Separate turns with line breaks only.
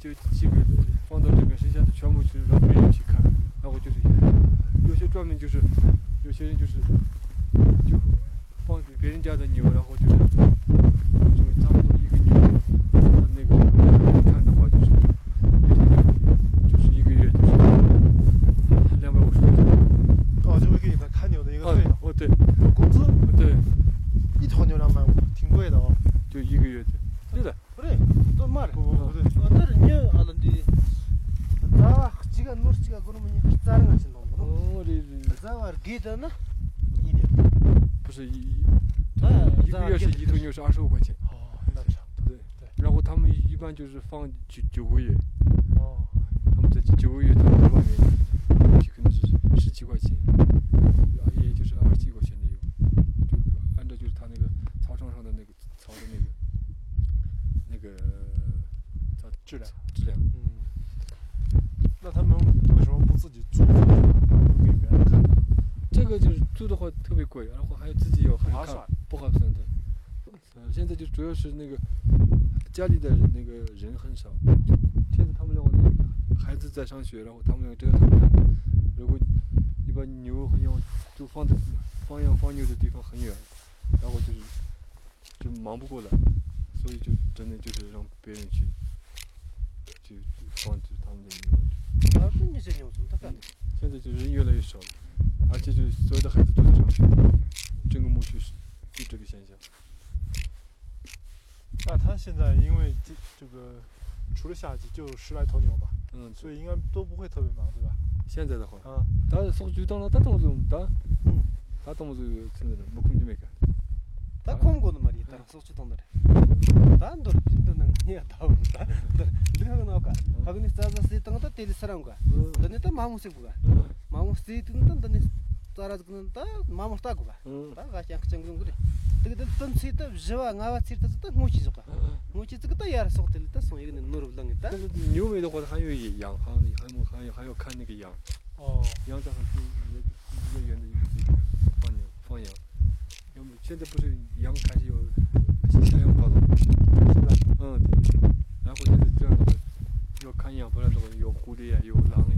就几个放到这边，剩下的全部去让别人去看，然后就是有些专门就是有些人就是就放给别人家的牛，然后就是就差不多一个牛，那个看的话就是就是一个月就是两百五十块
哦，就会给你们看牛的一个费
钱
用，，
哦对
有工资，
对，
一头牛两百五，挺贵的哦。
就一个月的，对的，
그래 또 말해
어, 어, 그래.
어떤 년
啊
알는데
나 지가 노스지가 그러면 이렇게 짜는 거 진다.
哦这这
자와 기다나
一年。
不是一
다
一个月嗯是一头牛是二十五块钱，
哦，那这样。
对
对
然后他们一般就是放九九个月，
哦，
他们在九个月他们在外面，就可能是十几块钱，啊也就是二十几块钱的有，就按照就是他那个草场上的那个草的那个那个叫质量质量，
嗯。那他们为什么不自己租，不给别人看呢？
这个就是租的话特别贵，然后还有自己要
划
看
算
不划算的。嗯，现在就主要是那个家里的那个人很少，现在他们两个孩子在上学，然后他们两个折腾。如果你把牛要就放在放养放牛的地方很远，然后就是就忙不过来，所以就真的就是让别人去去去放置他们的牛。啊
어떤 이제 좀 다가
现在就人越来越少了，而且就是所有的孩子都在上学，整个牧区是就这个现象。
那他现在因为这这个除了夏季就十来头牛吧，
嗯，
所
以
以应该都不会特别忙，对吧？
现在的话，
啊，
打送去当了，打动作，打
嗯，
打动作现在的没空就没干。
다 공고는 말이 있다 소치 돈들 단도 진도는 야 다운다 내가 나오까 하고니 자자 세탕다 텔 사람과
嗯
너네 또 마무스 부가 마무스 세팅도 너네 따라즈는 다 마무스 타고가
음.
다 같이 약 정근 그래 그때 좀 세트 저와 나와 세트 또 뭐지 저가 뭐지 저가 야라 속들 때 소이는 노르블랑 있다
嗯但是牛尾的话，它还有养，还有还有还有还要看那个羊，
哦，
羊在很一个圆的一个地方放牛放羊。要么现在不是羊开始有销量高了，
现在
嗯，对。然后现在这样的话，要看羊，不然的话有狐狸呀，有狼呀，